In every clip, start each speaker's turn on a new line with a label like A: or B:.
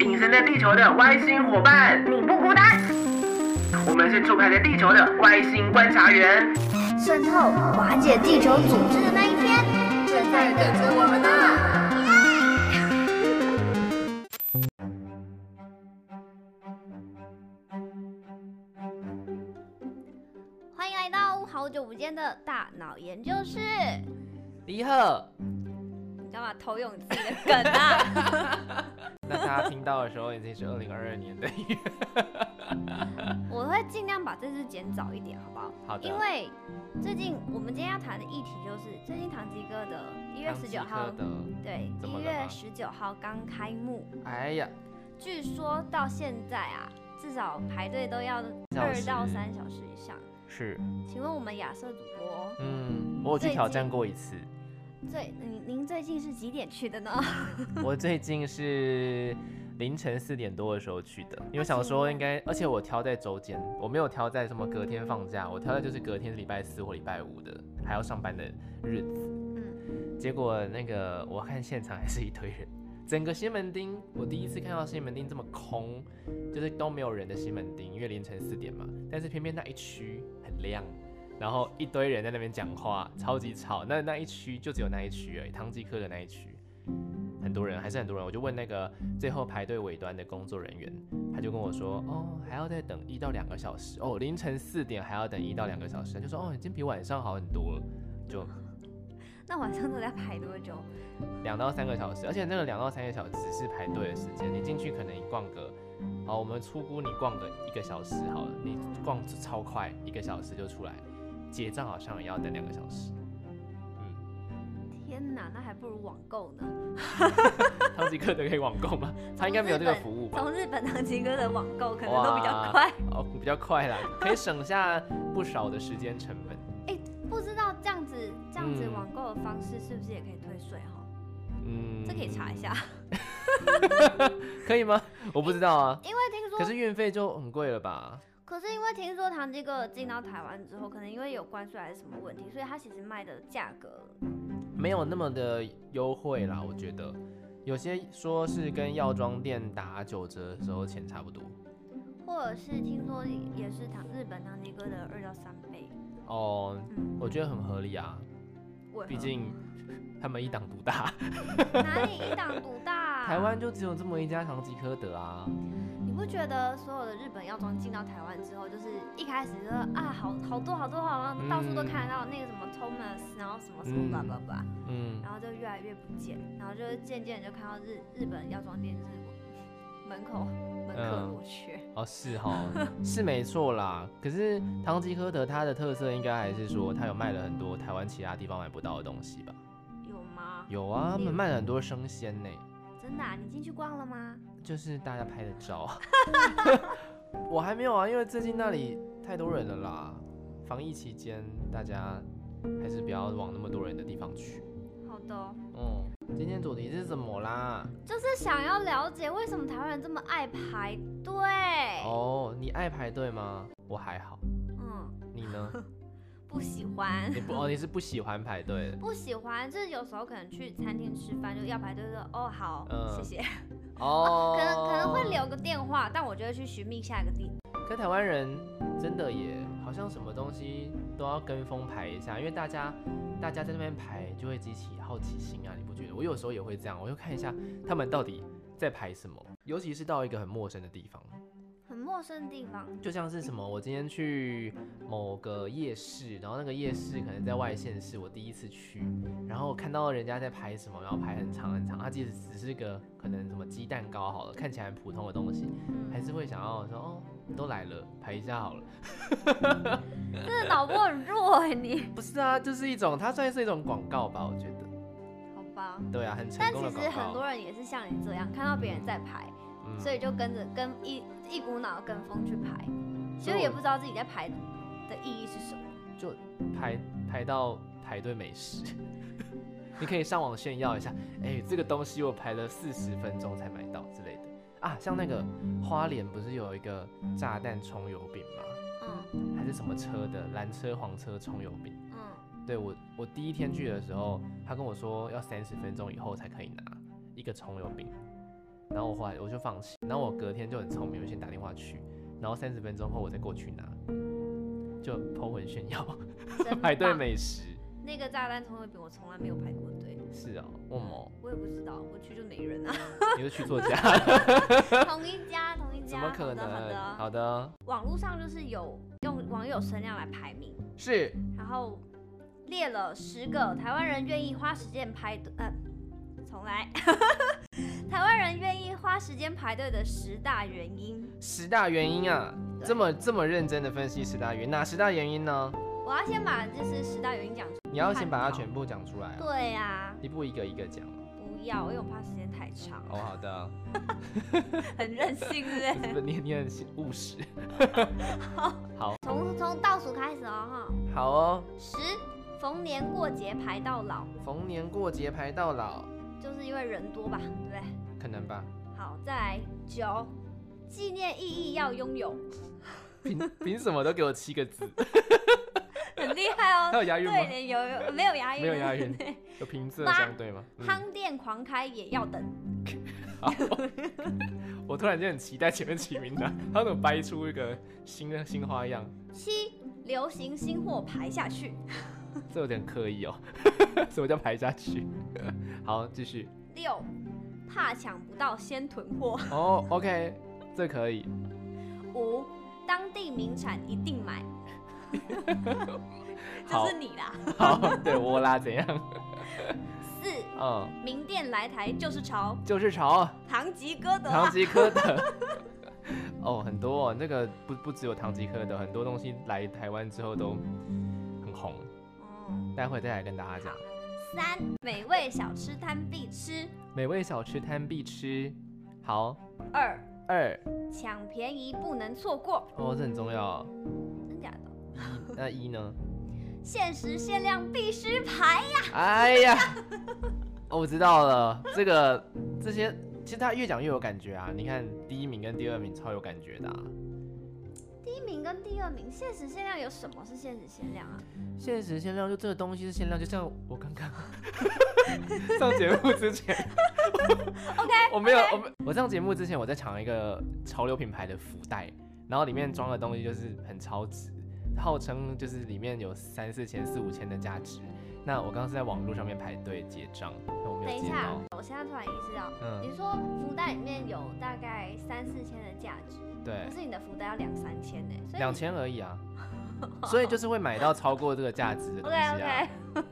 A: 隐身在地球的外星伙伴，
B: 你不孤单，
A: 我们是驻派在地球的外星观察员。
B: 渗透瓦解地球组织的那一天正在等着我们呢。欢迎来到好久不见的大脑研究室。
C: 你好，
B: 你干嘛偷用你自己的梗啊？
C: 那大家听到的时候已经是二零二二年的一月。
B: 我会尽量把这次剪早一点，好不好？
C: 好的
B: 因为最近我们今天要谈的议题就是，最近唐吉诃德一月十九号
C: 唐吉诃，德，
B: 对，
C: 怎么
B: 一
C: 了
B: 月
C: 吗
B: 十九号刚开幕，
C: 哎呀，
B: 据说到现在啊，至少排队都要
C: 小
B: 二
C: 时
B: 到三小时以上。
C: 是，
B: 请问我们亚瑟主播，
C: 嗯，我有
B: 最
C: 去
B: 近
C: 挑战过 一次。
B: 最您您最近是几点去的呢？
C: 我最近是凌晨四点多的时候去的，因为想
B: 为什么
C: 说应该，而且我挑在周间，我没有挑在什么隔天放假，我挑的就是隔天礼拜四或礼拜五的还要上班的日子。
B: 嗯，
C: 结果那个我看现场还是一堆人，整个西门町，我第一次看到西门町这么空，就是都没有人的西门町，因为凌晨四点嘛。但是偏偏那一区很亮，然后一堆人在那边讲话，超级吵。那那一区就只有那一区而已，唐吉诃德那一区，很多人还是很多人。我就问那个最后排队尾端的工作人员，他就跟我说，哦，还要再等一到两个小时，哦，凌晨四点还要等一到两个小时。他就说，哦，已经比晚上好很多了，就。
B: 那晚上都在排多久？
C: 两到三个小时，而且那个两到三个小时是排队的时间，你进去可能你逛个，好，我们出估你逛个一个小时好了，你逛超快，一个小时就出来，结账好像也要等两个小时。嗯，
B: 天哪，那还不如网购呢。
C: 唐吉诃德可以网购吗？他应该没有这个服务吧？
B: 从日本唐吉诃德网购可能都比较快。
C: 哦，比较快啦，可以省下不少的时间成本。
B: 不知道这样子这样子
C: 嗯
B: 网购的方式是不是也可以退税哈？
C: 嗯，
B: 这可以查一，下，
C: 可以吗？我不知道啊，
B: 因为听说
C: 可是运费就很贵了吧？
B: 可是因为听说唐吉诃德进到台湾之后，可能因为有关税还是什么问题，所以它其实卖的价格，
C: 没有那么的优惠啦，我觉得有些说是跟药妆店打九折的时候钱差不多
B: 或者是听说也是唐日本唐吉诃德二到三倍。
C: 哦，
B: 嗯，
C: 我觉得很合理啊，
B: 为何
C: 毕竟他们一党独大，
B: 哪里一党独大、
C: 台，湾就只有这么一家唐吉诃德啊，
B: 你不觉得所有的日本药妆进到台湾之后，就是一开始就说啊，好好多好多好多，
C: 嗯
B: 到处都看得到那个什么 Thomas，然后什么什么
C: 嗯
B: 吧吧吧，
C: 嗯，
B: 然后就越来越不见，然后就渐渐就看到日日本药妆店就是门口门可
C: 嗯
B: 罗雀。
C: 哦是哈，是没错啦。可是唐吉诃德它的特色应该还是说它有卖了很多台湾其他地方买不到的东西吧？
B: 有吗？
C: 有啊，他们卖了很多生鲜呢、
B: 真的、啊？你进去逛了吗？
C: 就是大家拍的照。 我还没有啊，因为最近那里太多人了啦。防疫期间，大家还是不要往那么多人的地方去。
B: 好的哦、
C: 嗯，今天主题是什么啦？
B: 就是想要了解为什么台湾人这么爱排队。
C: 哦，你爱排队吗？我还好，
B: 嗯，
C: 你 呢？
B: 不喜欢，
C: 你不哦，你是不喜欢排队的
B: 不喜欢，就是有时候可能去餐厅吃饭就要排队，就说哦好，
C: 嗯
B: 谢谢。
C: 哦
B: 可能可能会。留个电话，但我就会去寻觅下一个地。
C: 可台湾人真的也好像什么东西都要跟风排一下，因为大家大家在那边排就会激起好奇心啊，你不觉得？我有时候也会这样，我就看一下他们到底在排什么，尤其是到一个很陌生的地方，
B: 很陌生的地方，
C: 就像是什么，我今天去某个夜市，然后那个夜市可能在外县市，我第一次去，然后看到人家在排什么，然后排很长很长，它即使只是个可能什么鸡蛋糕好了，看起来很普通的东西，还
B: 嗯，
C: 是会想要说哦，都来了，排一下好了。
B: 嗯真 的脑波很弱哎、你。
C: 不是啊，就是一种，它算是一种广告吧，我觉得。
B: 好吧，
C: 对啊，很成
B: 但
C: 功
B: 其
C: 的
B: 实
C: 广告。
B: 很多人也是像你这样，看到别人在排，
C: 嗯
B: 所以就跟着跟一一股脑跟风去排，其
C: 嗯所以
B: 实
C: 我
B: 也不知道自己在排的意义是什么。
C: 就排排到排队美食， 你可以上网炫耀一下，哎、这个东西我排了四十分钟才买到之类的啊。像那个花莲不是有一个炸弹葱油饼吗？
B: 嗯
C: 还是什么车的蓝车黄车葱油饼？
B: 嗯，
C: 对我我第一天去的时候，他跟我说要三十分钟以后才可以拿一个葱油饼，然后我后来我就放弃，然后我隔天就很聪明，我先打电话去，然后三十分钟后我再过去拿，就 po 文炫耀
B: 真
C: 排队
B: 棒
C: 美食。
B: 那个炸弹葱油饼我从来没有排过队，
C: 是哦，我某，
B: 我也不知道，我去就没人啊。
C: 你是去作家了？
B: 同一家，同一家，
C: 怎么可
B: 好的，
C: 能？
B: 好的。
C: 好的，
B: 网络上就是有用网友声量来排名，
C: 是
B: 然后列了十个台湾人愿意花时间排队，呃，重来， 台湾人愿意花时间排队的十大原因。
C: 十大原因啊，
B: 对
C: 这么这么认真的分析十大原因，哪十大原因呢？
B: 我要先把就是十大原因讲出。
C: 你要先把它
B: 看
C: 全部讲出来啊，
B: 对呀、
C: 一步一个一个讲。
B: 不要，因为我怕时间太长，
C: 哦，好的，
B: 很任性，对不 对
C: 是不？是你你很务实？好
B: 从从倒数开始哦，哈，
C: 好哦，
B: 十逢年过节排到老，
C: 逢年过节排到老，
B: 就是因为人多吧，对不对？
C: 可能吧？
B: 好，再来九，纪念意义要拥 有，
C: 凭 凭什么都给我七个字？
B: 很厉害 哦。
C: 它有押韵吗
B: 对联有有没有押韵？
C: 没有押韵
B: 对
C: 有平仄
B: 妈
C: 相对吗？嗯，
B: 夯店狂开也要等，
C: 我突然间很期待前面起名的，他怎么掰出一个新的新花样？
B: 七流行新货排下去，
C: 这有点刻意哦。 什么叫排下去？好，继续。
B: 六怕抢不到先囤货，
C: 哦、o k 这可以。
B: 五当地名产一定买，就
C: 好
B: 是你啦。
C: 好，对我啦，怎样？
B: 四
C: 嗯，
B: 名店来台就是潮，
C: 就是潮，
B: 堂吉诃德
C: 唐
B: 啊，
C: 吉诃德。哦，很多、哦，那个不不只有唐吉诃德，很多东西来台湾之后都很红。
B: 哦，
C: 待会再来跟大家讲
B: 好。三美味小吃摊必吃，
C: 美味小吃摊必吃。好，
B: 二
C: 二
B: 抢便宜不能错过，
C: 哦，这很重要哦。
B: 真假的？
C: 那一呢？
B: 限时限量必须排，
C: 哎呀， 哦，我知道了，这个这些其实他越讲越有感觉啊。你看第一名跟第二名超有感觉的、啊。
B: 第一名跟第二名，限时限量有什么是限时限量啊？
C: 限时限量就这个东西是限量，就像我 刚刚上节目之前，OK，我没有，我没我上节目之前我在抢一个潮流品牌的福袋，然后里面装的东西就是很超值，号称就是里面有三四千、四五千的价值。那我刚刚是在网络上面排队结账，但我没
B: 等
C: 有
B: 一
C: 结
B: 下
C: 到。，
B: 我现在突然意识到，
C: 嗯，
B: 你说福袋里面有大概三四千的价值，
C: 对
B: 可，是你的福袋要两三千呢，所以
C: 两千而 已啊，所以就是会买到超过这个价值的东西
B: OK
C: 啊
B: OK，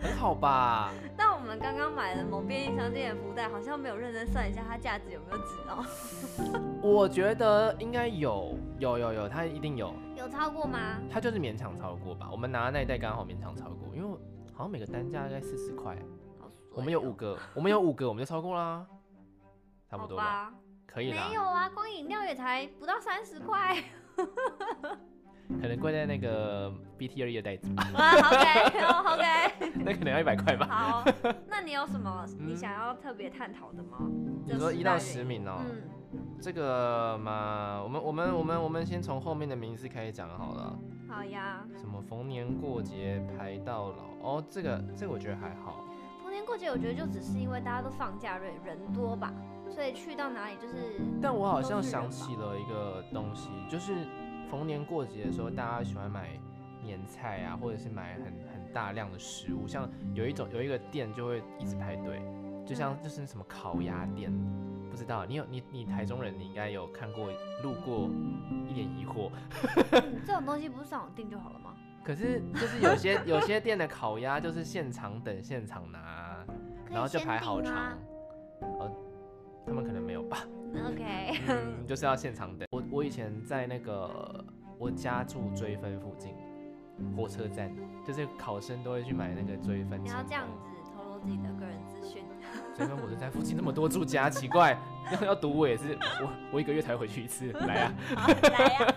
C: 很好吧？
B: 那我们刚刚买的某便利商店的福袋，好像没有认真算一下它价值有没有值哦，
C: 我觉得应该有，有有有，它一定有。
B: 有超过吗？
C: 它就是勉强超过吧。我们拿的那一袋刚好勉强超过，因为我好像每个单价大概四十块，啊
B: 好衰哦
C: 我们有五个，我们有五个，我们就超过啦，差不多
B: 好
C: 吧，
B: 吧？
C: 可以啦
B: 没。有啊，光饮料也才不到三十块。
C: 可能贵在那个 BT 二一的袋子吧，
B: 哇，OK，哦，OK，
C: 那可能要一百块吧。
B: 好。那你有什么你
C: 嗯
B: 想要特别探讨的吗？
C: 你说一到十
B: 名，
C: 名哦、
B: 嗯，
C: 这个嘛，我们我们我们我们先从后面的名字开始讲好了。
B: 好呀。
C: 什么逢年过节排到老哦，这个这个我觉得还好。
B: 逢年过节，我觉得就只是因为大家都放假，人人多吧，所以去到哪里就是
C: 但我好
B: 都
C: 像
B: 是
C: 想
B: 人
C: 起
B: 吧
C: 了一个东西，就是逢年过节的时候，大家喜欢买年菜啊，或者是买很很大量的食物，像有一种有一个店就会一直排队，
B: 嗯
C: 就像就是什么烤鸭店，不知道你有你你台中人，你应该有看过路过一脸疑惑，
B: 嗯这种东西不是上网订就好了吗？
C: 可是就是 有些有些店的烤鸭就是现场等现场拿，
B: 可以
C: 然后就
B: 先
C: 排好
B: 订啊
C: 长，呃，他们可能没有吧。
B: OK，
C: 嗯，就是要现场等。我我以前在那个我家住追分附近，火车站，就是考生都会去买那个追分。
B: 你要这样子透露自己的个人资 讯。
C: 追分火车站附近那么多住家，奇怪，要要堵我也是，我我一个月才回去一次，来 啊！
B: 好，来 呀、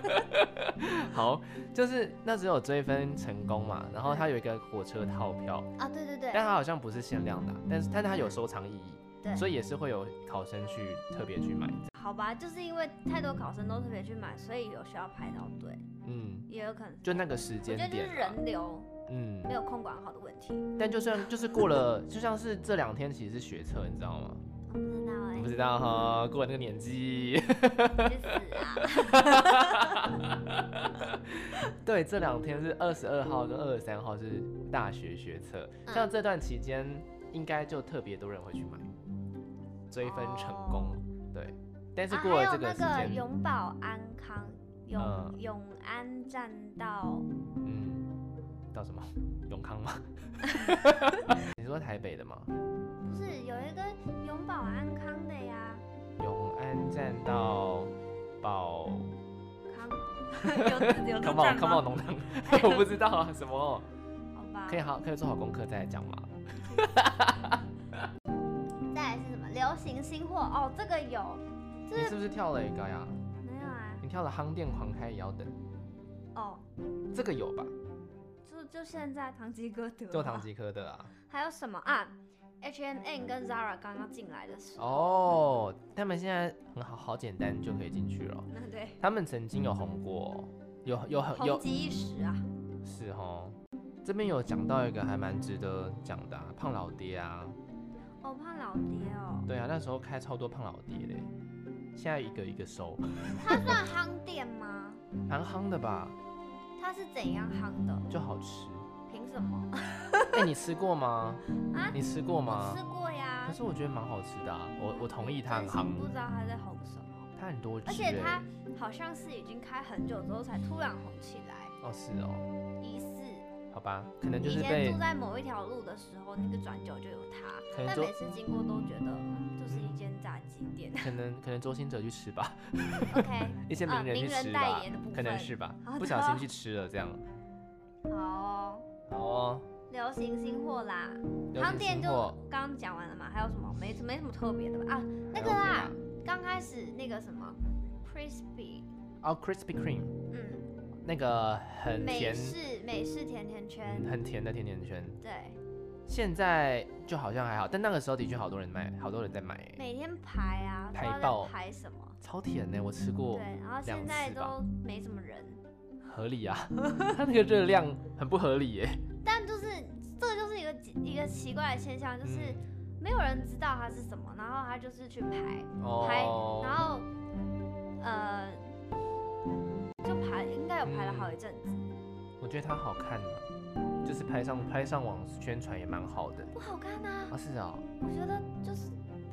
C: 好，就是那时候有追分成功嘛，然后它有一个火车套票，
B: 啊！对对对
C: 但它好像不是限量的啊，但是但它有收藏意义，
B: 对，
C: 所以也是会有考生去特别去买。
B: 好吧，就是因为太多考生都特别去买，所以有需要排到队，
C: 嗯，
B: 也有可能是
C: 就那个时
B: 我
C: 间
B: 觉得就
C: 点、
B: 是
C: 啊，
B: 人流
C: 嗯
B: 没有空管好的问题。
C: 但就算就是过了，就像是这两天其实是学测，你知道吗？
B: 我
C: 欸
B: 不知道哎、
C: 你不知道哈，过了那个年纪。
B: 去死啊！
C: 对，这两天是二十二号跟二十三号是大学学测，
B: 嗯
C: 像这段期间应该就特别多人会去买，追分成功。对，但是
B: 哦啊
C: 过了
B: 还
C: 这
B: 有那
C: 时间，
B: 永保安康永、
C: 嗯
B: 永安站到
C: 嗯，到什么永康吗？ 你说台北的吗？
B: 不是有一个永保安康的呀？
C: 永安站到宝
B: 康有有
C: 康宝
B: 站
C: 康
B: 吗
C: 宝 农场， 我不知道啊，什么
B: 好吧。
C: 可以啊好可以做好功课再来讲嘛。
B: 再来是什么？流行新货哦，这个有
C: 你是不是跳了一个呀？
B: 没有啊？
C: 你跳了夯店狂开也要等，
B: 哦，
C: 这个有吧？
B: 就就现在唐吉诃德，
C: 就唐，吉诃德啊。
B: 还有什么啊？H M N 跟 Zara 刚刚进来的时候，
C: 哦，他们现在很好，好简单就可以进去了。
B: 那对，
C: 他们曾经有红过，有有很
B: 红
C: 呃有
B: 极一时啊，
C: 是哦。这边有讲到一个还蛮值得讲的、啊，胖老爹啊，
B: 哦，胖老爹哦，
C: 对啊，那时候开超多胖老爹嘞，现在一个一个收，
B: 它算夯店吗？
C: 蛮夯的吧，
B: 它是怎样夯的？
C: 就好 吃。
B: 凭什么？
C: 哎、你吃过吗？
B: 啊
C: 你吃过吗
B: 我？吃过啊呀
C: 可，是我觉得蛮好吃的、啊，我我同意它很
B: 真心不
C: 夯，
B: 知道它在红什么，
C: 它很多汁、欸，
B: 而且它好像是已经开很久之后才突然红起来，
C: 哦是哦，
B: 疑似。
C: 好吧，可能就
B: 以
C: 是
B: 前
C: 被
B: 住在某一条路的时候，那个转角就有它，
C: 可能
B: 但
C: 就
B: 每次经过都觉得，嗯，就是一间炸鸡 店。
C: 可能可能周星哲去 吃吧。
B: OK，
C: 一些名人去
B: 啊名
C: 吃
B: 人
C: 吧，
B: 代言的部分
C: 可能是吧
B: 好，的
C: 不小心去吃了这样。
B: 好哦、
C: 好哦，
B: 流行新货啦，
C: 流
B: 汤
C: 行
B: 店
C: 新
B: 就
C: 货
B: 刚刚讲完了嘛，还有什么没没什么特别的吧？啊，那
C: 还
B: 个
C: OK
B: 啦
C: 吧，
B: 刚开始那个什么 crispy，
C: 哦，Krispy Kreme
B: 嗯，
C: 那个很
B: 美
C: 甜，
B: 式美式甜甜圈
C: 嗯，很甜的甜甜圈，
B: 对，
C: 现在就好像还好，但那个时候的确好多人买，好多人在买欸，
B: 每天排啊，不知道
C: 排爆
B: 在排什么，
C: 超甜呢，我吃过
B: 对，，啊然后现在
C: 两次吧
B: 都没什么人，
C: 合理啊， 它那个热量很不合理耶，
B: 但就是这个就是一个一个奇怪的现象，就是
C: 嗯
B: 没有人知道它是什么，然后他就是去排。
C: 嗯
B: 排，然
C: 哦，
B: 后呃，就排应该有排了好一阵子，
C: 我觉得它好看啊，就是拍上拍上网宣传也蛮好的，
B: 不好看啊！
C: 啊是啊，
B: 我觉得就是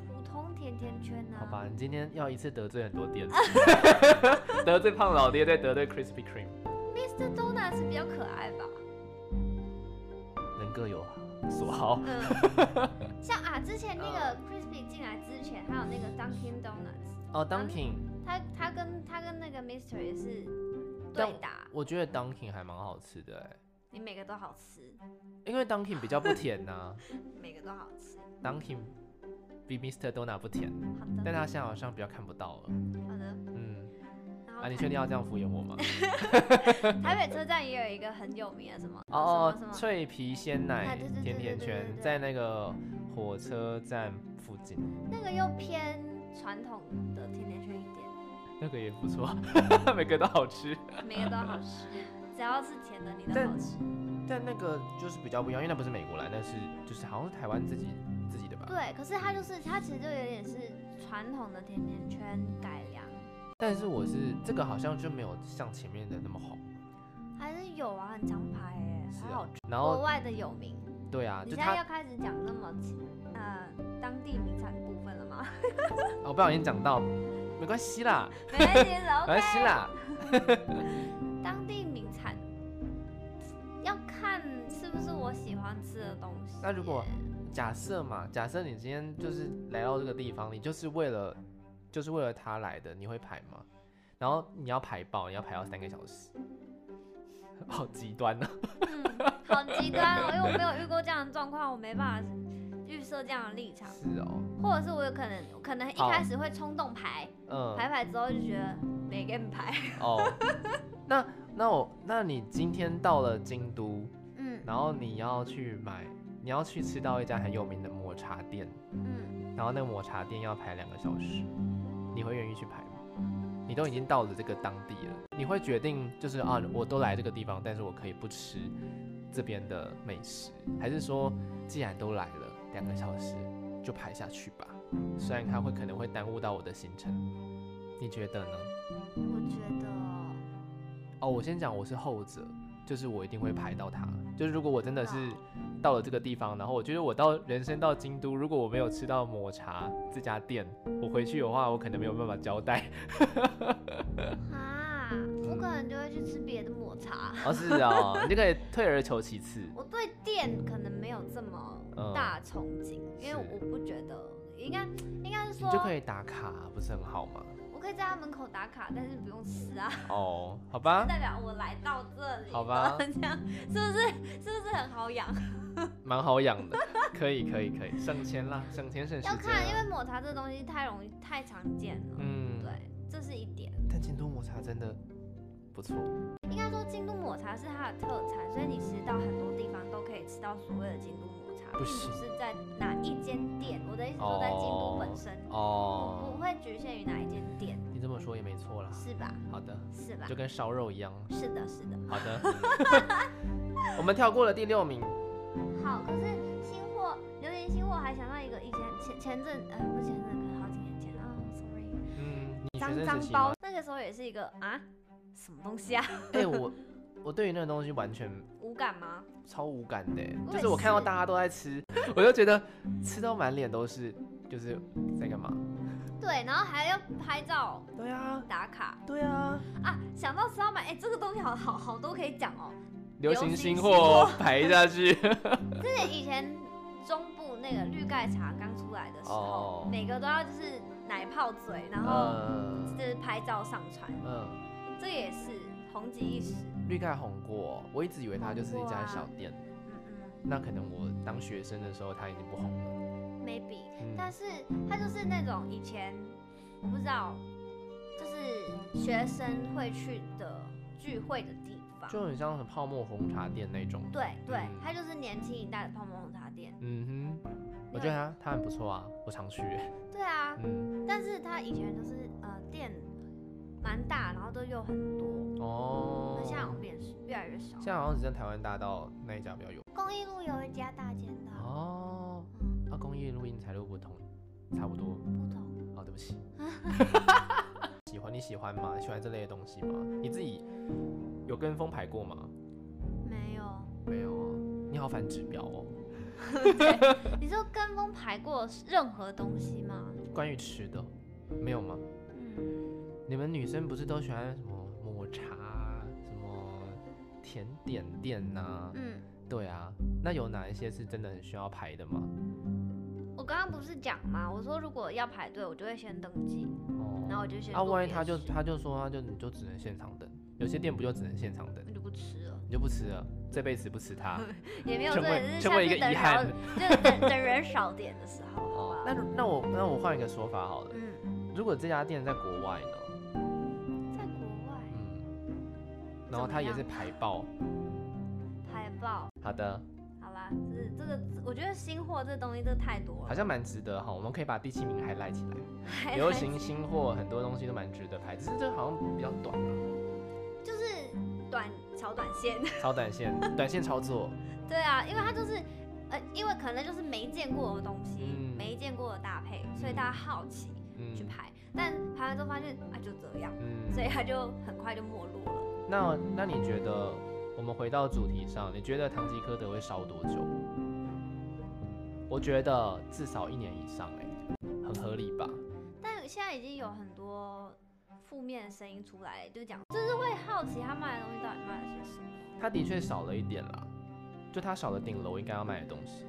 B: 普通甜甜圈啊。
C: 好吧，你今天要一次得罪很多店， 得罪胖老爹，再得罪 Krispy Kreme。
B: ，Mr. Donuts 比较可爱吧？
C: 人各有所好。
B: 嗯，像啊，之前那
C: 嗯
B: 个 Crispy 进来之前，还有那个 Dunkin' Donuts，
C: 哦，Dunkin，
B: 它它跟它跟那个 Mr. 也是
C: 但
B: 对打，
C: 我觉得 Dunkin 还蛮好吃的哎，
B: 你每个都好吃，
C: 因为 Dunkin 比较不甜呐、
B: 每个都好吃。
C: Dunkin 比 Mr. Donut 不甜，
B: 好
C: 但
B: 的，
C: 它现在好像比较看不到了。
B: 好的。
C: 嗯，
B: 然后
C: 啊，你
B: 台
C: 确定要这样敷 衍我吗？
B: 台北车站也有一个很有名的什么
C: 哦
B: 什
C: 哦
B: 么，什么
C: 脆皮鲜奶
B: 啊对对对
C: 甜
B: 对
C: 甜
B: 对对
C: 圈
B: 对
C: 在那个火车站附近，
B: 那个又偏传统的甜甜圈一点，
C: 那个也不错， 每个都好吃。
B: 每个都好吃，只要是甜的你都
C: 但
B: 好吃。
C: 但那个就是比较不一样，因为那不是美国来，那是就是好像是台湾自己自己的吧。
B: 对，可是它就是它其实就有点是传统的甜甜圈改良，
C: 但是我是这个好像就没有像前面的那么红。
B: 还是有啊，很常排哎、
C: 是
B: 还
C: 啊
B: 好吃，
C: 然
B: 国
C: 后
B: 外的有名。
C: 对啊，
B: 你
C: 就
B: 现在
C: 他
B: 要开始讲这么呃当地名产的部分了 吗？
C: 我哦不小心讲到，没关系啦，
B: 没关系了
C: 没关
B: ，OK。
C: 系啦，
B: 当地名产要看是不是我喜欢吃的东西耶。
C: 那如果假设嘛，假设你今天就是来到这个地方，你就是为了就是为了他来的，你会排吗？然后你要排爆，你要排到三个小时， 好极端 啊呢、
B: 嗯，好极端哦，因为我没有遇过这样的状况，我没办法预设这样的立场，
C: 是哦，
B: 或者是我有可能可能一
C: 好
B: 开始会冲动排，排
C: 嗯，
B: 排之后就觉得没 game 排，
C: 哦，那那我那你今天到了京都，
B: 嗯
C: 然后你要去买，你要去吃到一家很有名的抹茶店，
B: 嗯，
C: 然后那个抹茶店要排两个小时，你会愿意去排吗？你都已经到了这个当地了，你会决定就是啊，我都来这个地方，但是我可以不吃这边的美食，还是说既然都来了，两个小时就排下去吧？虽然它会可能会耽误到我的行程，你觉得呢？
B: 我觉得哦
C: 哦，我先讲我是后者，就是我一定会排到它。就是如果我真的是到了这个地方，然后我觉得我到人生到京都，如果我没有吃到抹茶这家店，我回去的话，我可能没有办法交代。
B: 啊，我可能就会去吃别的抹茶。
C: 哦，是哦，你就可以退而求其次。
B: 我对店可能没有这么
C: 嗯
B: 大憧憬，因为
C: 是嗯
B: 我不觉得应该应该是
C: 你
B: 说
C: 就可以打卡，不是很好吗？
B: 我可以在他门口打卡，但是不用吃啊，
C: 哦，好吧，
B: 代表我来到这里。
C: 好吧
B: 这样是不是是不是很好养？
C: 蛮好养的，可以可以可以，省钱啦，省钱省时
B: 要
C: 间
B: 看，因
C: 啦。
B: 为抹茶这东西太容易太常见了，
C: 啊嗯，
B: 对，这是一点。
C: 但京都抹茶真的不错，
B: 应该说京都抹茶是它的特产，所以你其实到很多地方都可以吃到所谓的京都抹茶，并
C: 不
B: 不
C: 行
B: 是在哪一间店。我的意思说在京都本身，我
C: 哦啊
B: 不。会局限于哪一间店，
C: 你这么说也没错啦。
B: 是吧？
C: 好的，
B: 是吧
C: 就？跟烧肉一 样。
B: 是的，是的。
C: 好的， 我们跳过了第六名。嗯
B: 好，可是新货榴莲新货还想到一个以前前前阵呃不是前阵，可能好几年前啊、s o r r y
C: 嗯，你学
B: 脏
C: 生
B: 脏
C: 时期吗
B: 包？那个时候也是一个啊什么东西 啊，
C: 哎、我我对于那个东西完全
B: 无感吗？
C: 超无感的欸，
B: 我
C: 就
B: 也
C: 是我看到
B: 是
C: 大家都在吃， 我就觉得吃到满脸都是，就是在干嘛？
B: 对，然后还要拍照
C: 对啊，
B: 打卡
C: 对啊，
B: 啊！想到吃要买，哎、这个东西好好好多可以讲哦。
C: 流
B: 行
C: 行
B: 新
C: 新
B: 货
C: 货排 下去。
B: 之前以前中部那个绿盖茶刚出来的时候，
C: 哦
B: 每个都要就是奶泡嘴，
C: 呃
B: 然后就
C: 嗯
B: 是拍照上传，
C: 嗯，
B: 这也是红极一时。
C: 绿盖红过，我一直以为它就是一家小店，
B: 嗯
C: 那可能我当学生的时候它已经不红了。
B: 嗯，maybe，
C: 嗯
B: 但是它就是那种以前我不知道，就是学生会去的聚会的地方。
C: 就很像是泡沫红茶店那种。
B: 对对
C: 嗯，
B: 它就是年轻一代的泡沫红茶店。
C: 嗯哼，我觉得它它很不错啊，我常去欸。
B: 对啊，
C: 嗯，
B: 但是它以前就是呃店蛮大，然后都有很多，
C: 哦
B: 那，现在好像变少，越来越少。
C: 现在好像只剩台湾大道那一家比较有。
B: 公益路有一家大间的，
C: 哦，
B: 嗯，
C: 那工业录音材料不同，差不多。
B: 不同。
C: 哦，对 不起。喜欢你喜欢吗？你喜欢这类的东西吗？你自己有跟风排过吗？
B: 没有，
C: 没有啊。你好反指标哦。
B: 你说跟风排过任何东西吗？
C: 关于吃的，没有吗？
B: 嗯，
C: 你们女生不是都喜欢什么抹茶、啊什么甜点店呐、
B: 嗯，
C: 对啊，那有哪一些是真的很需要排的吗？
B: 我刚刚不是讲吗？我说如果要排队，我就会先登记，
C: 哦，
B: 然后我就先
C: 啊，
B: 做
C: 万一
B: 别
C: 他
B: 的
C: 就
B: 事
C: 他就说他就你就只能现场等，有些店不就只能现场等，
B: 我就不吃了，
C: 你就不吃了，这辈子不 吃它。
B: 也没有
C: 成
B: 这，
C: 为
B: 只是
C: 成
B: 下
C: 为一
B: 次
C: 个
B: 等
C: 遗憾
B: 人，就是等等人少点的时候，好
C: 哦，
B: 吧
C: 那？如那我那我换一个说法好了，
B: 嗯，
C: 如果这家店在国外呢，
B: 在国外
C: 嗯，
B: 怎
C: 然后
B: 么
C: 它也
B: 样
C: 是排爆，
B: 排爆。
C: 好的，
B: 好啦，这这个我觉得新货这东西真的太多了，
C: 好像蛮值得哈，我们可以把第七名还赖起来，
B: 还
C: 流行新货很多东西都蛮值得排，只是这个好像比较短啊，
B: 就是短炒短线。
C: 超短线，短线操作，
B: 对啊，因为它就是呃，因为可能就是没见过的东西，
C: 嗯
B: 没见过的搭配，所以大家好奇
C: 嗯
B: 去排，但排完之后发现啊就这样，
C: 嗯，
B: 所以它就很快就没落了。
C: 那那你觉得我们回到主题上，你觉得唐吉诃德会烧多久？我觉得至少一年以上、欸，很合理吧？
B: 但现在已经
C: 嗯
B: 有很多负面的声音出来，就讲就是会好奇他卖的东西到底卖了些什么。
C: 它的确少了一点啦，就它少了顶楼应该要卖的东西，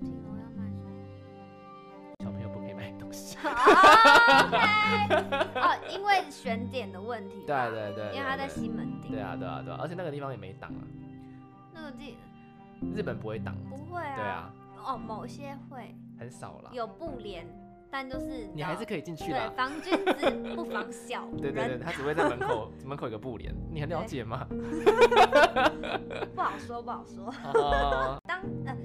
B: 听说要卖什么
C: 小朋友不可以卖的东西。
B: 哦 OK，哦，因为选点的问题
C: 对
B: 吧，
C: 对对，
B: 啊因为它在
C: 对
B: 西门町，
C: 对啊对啊对啊，而且那个地方也没挡啊，
B: 那个地
C: 日本不会挡，
B: 不会啊，
C: 对啊，
B: 哦，某些会
C: 很少啦。
B: 有布帘，但就是
C: 你还是可以进去
B: 对
C: 啦。
B: 防君子不防小人，
C: 对对对，他只会在门口 门口有个布帘，你很了解吗？
B: 不好说不好说。
C: 哦
B: 当呃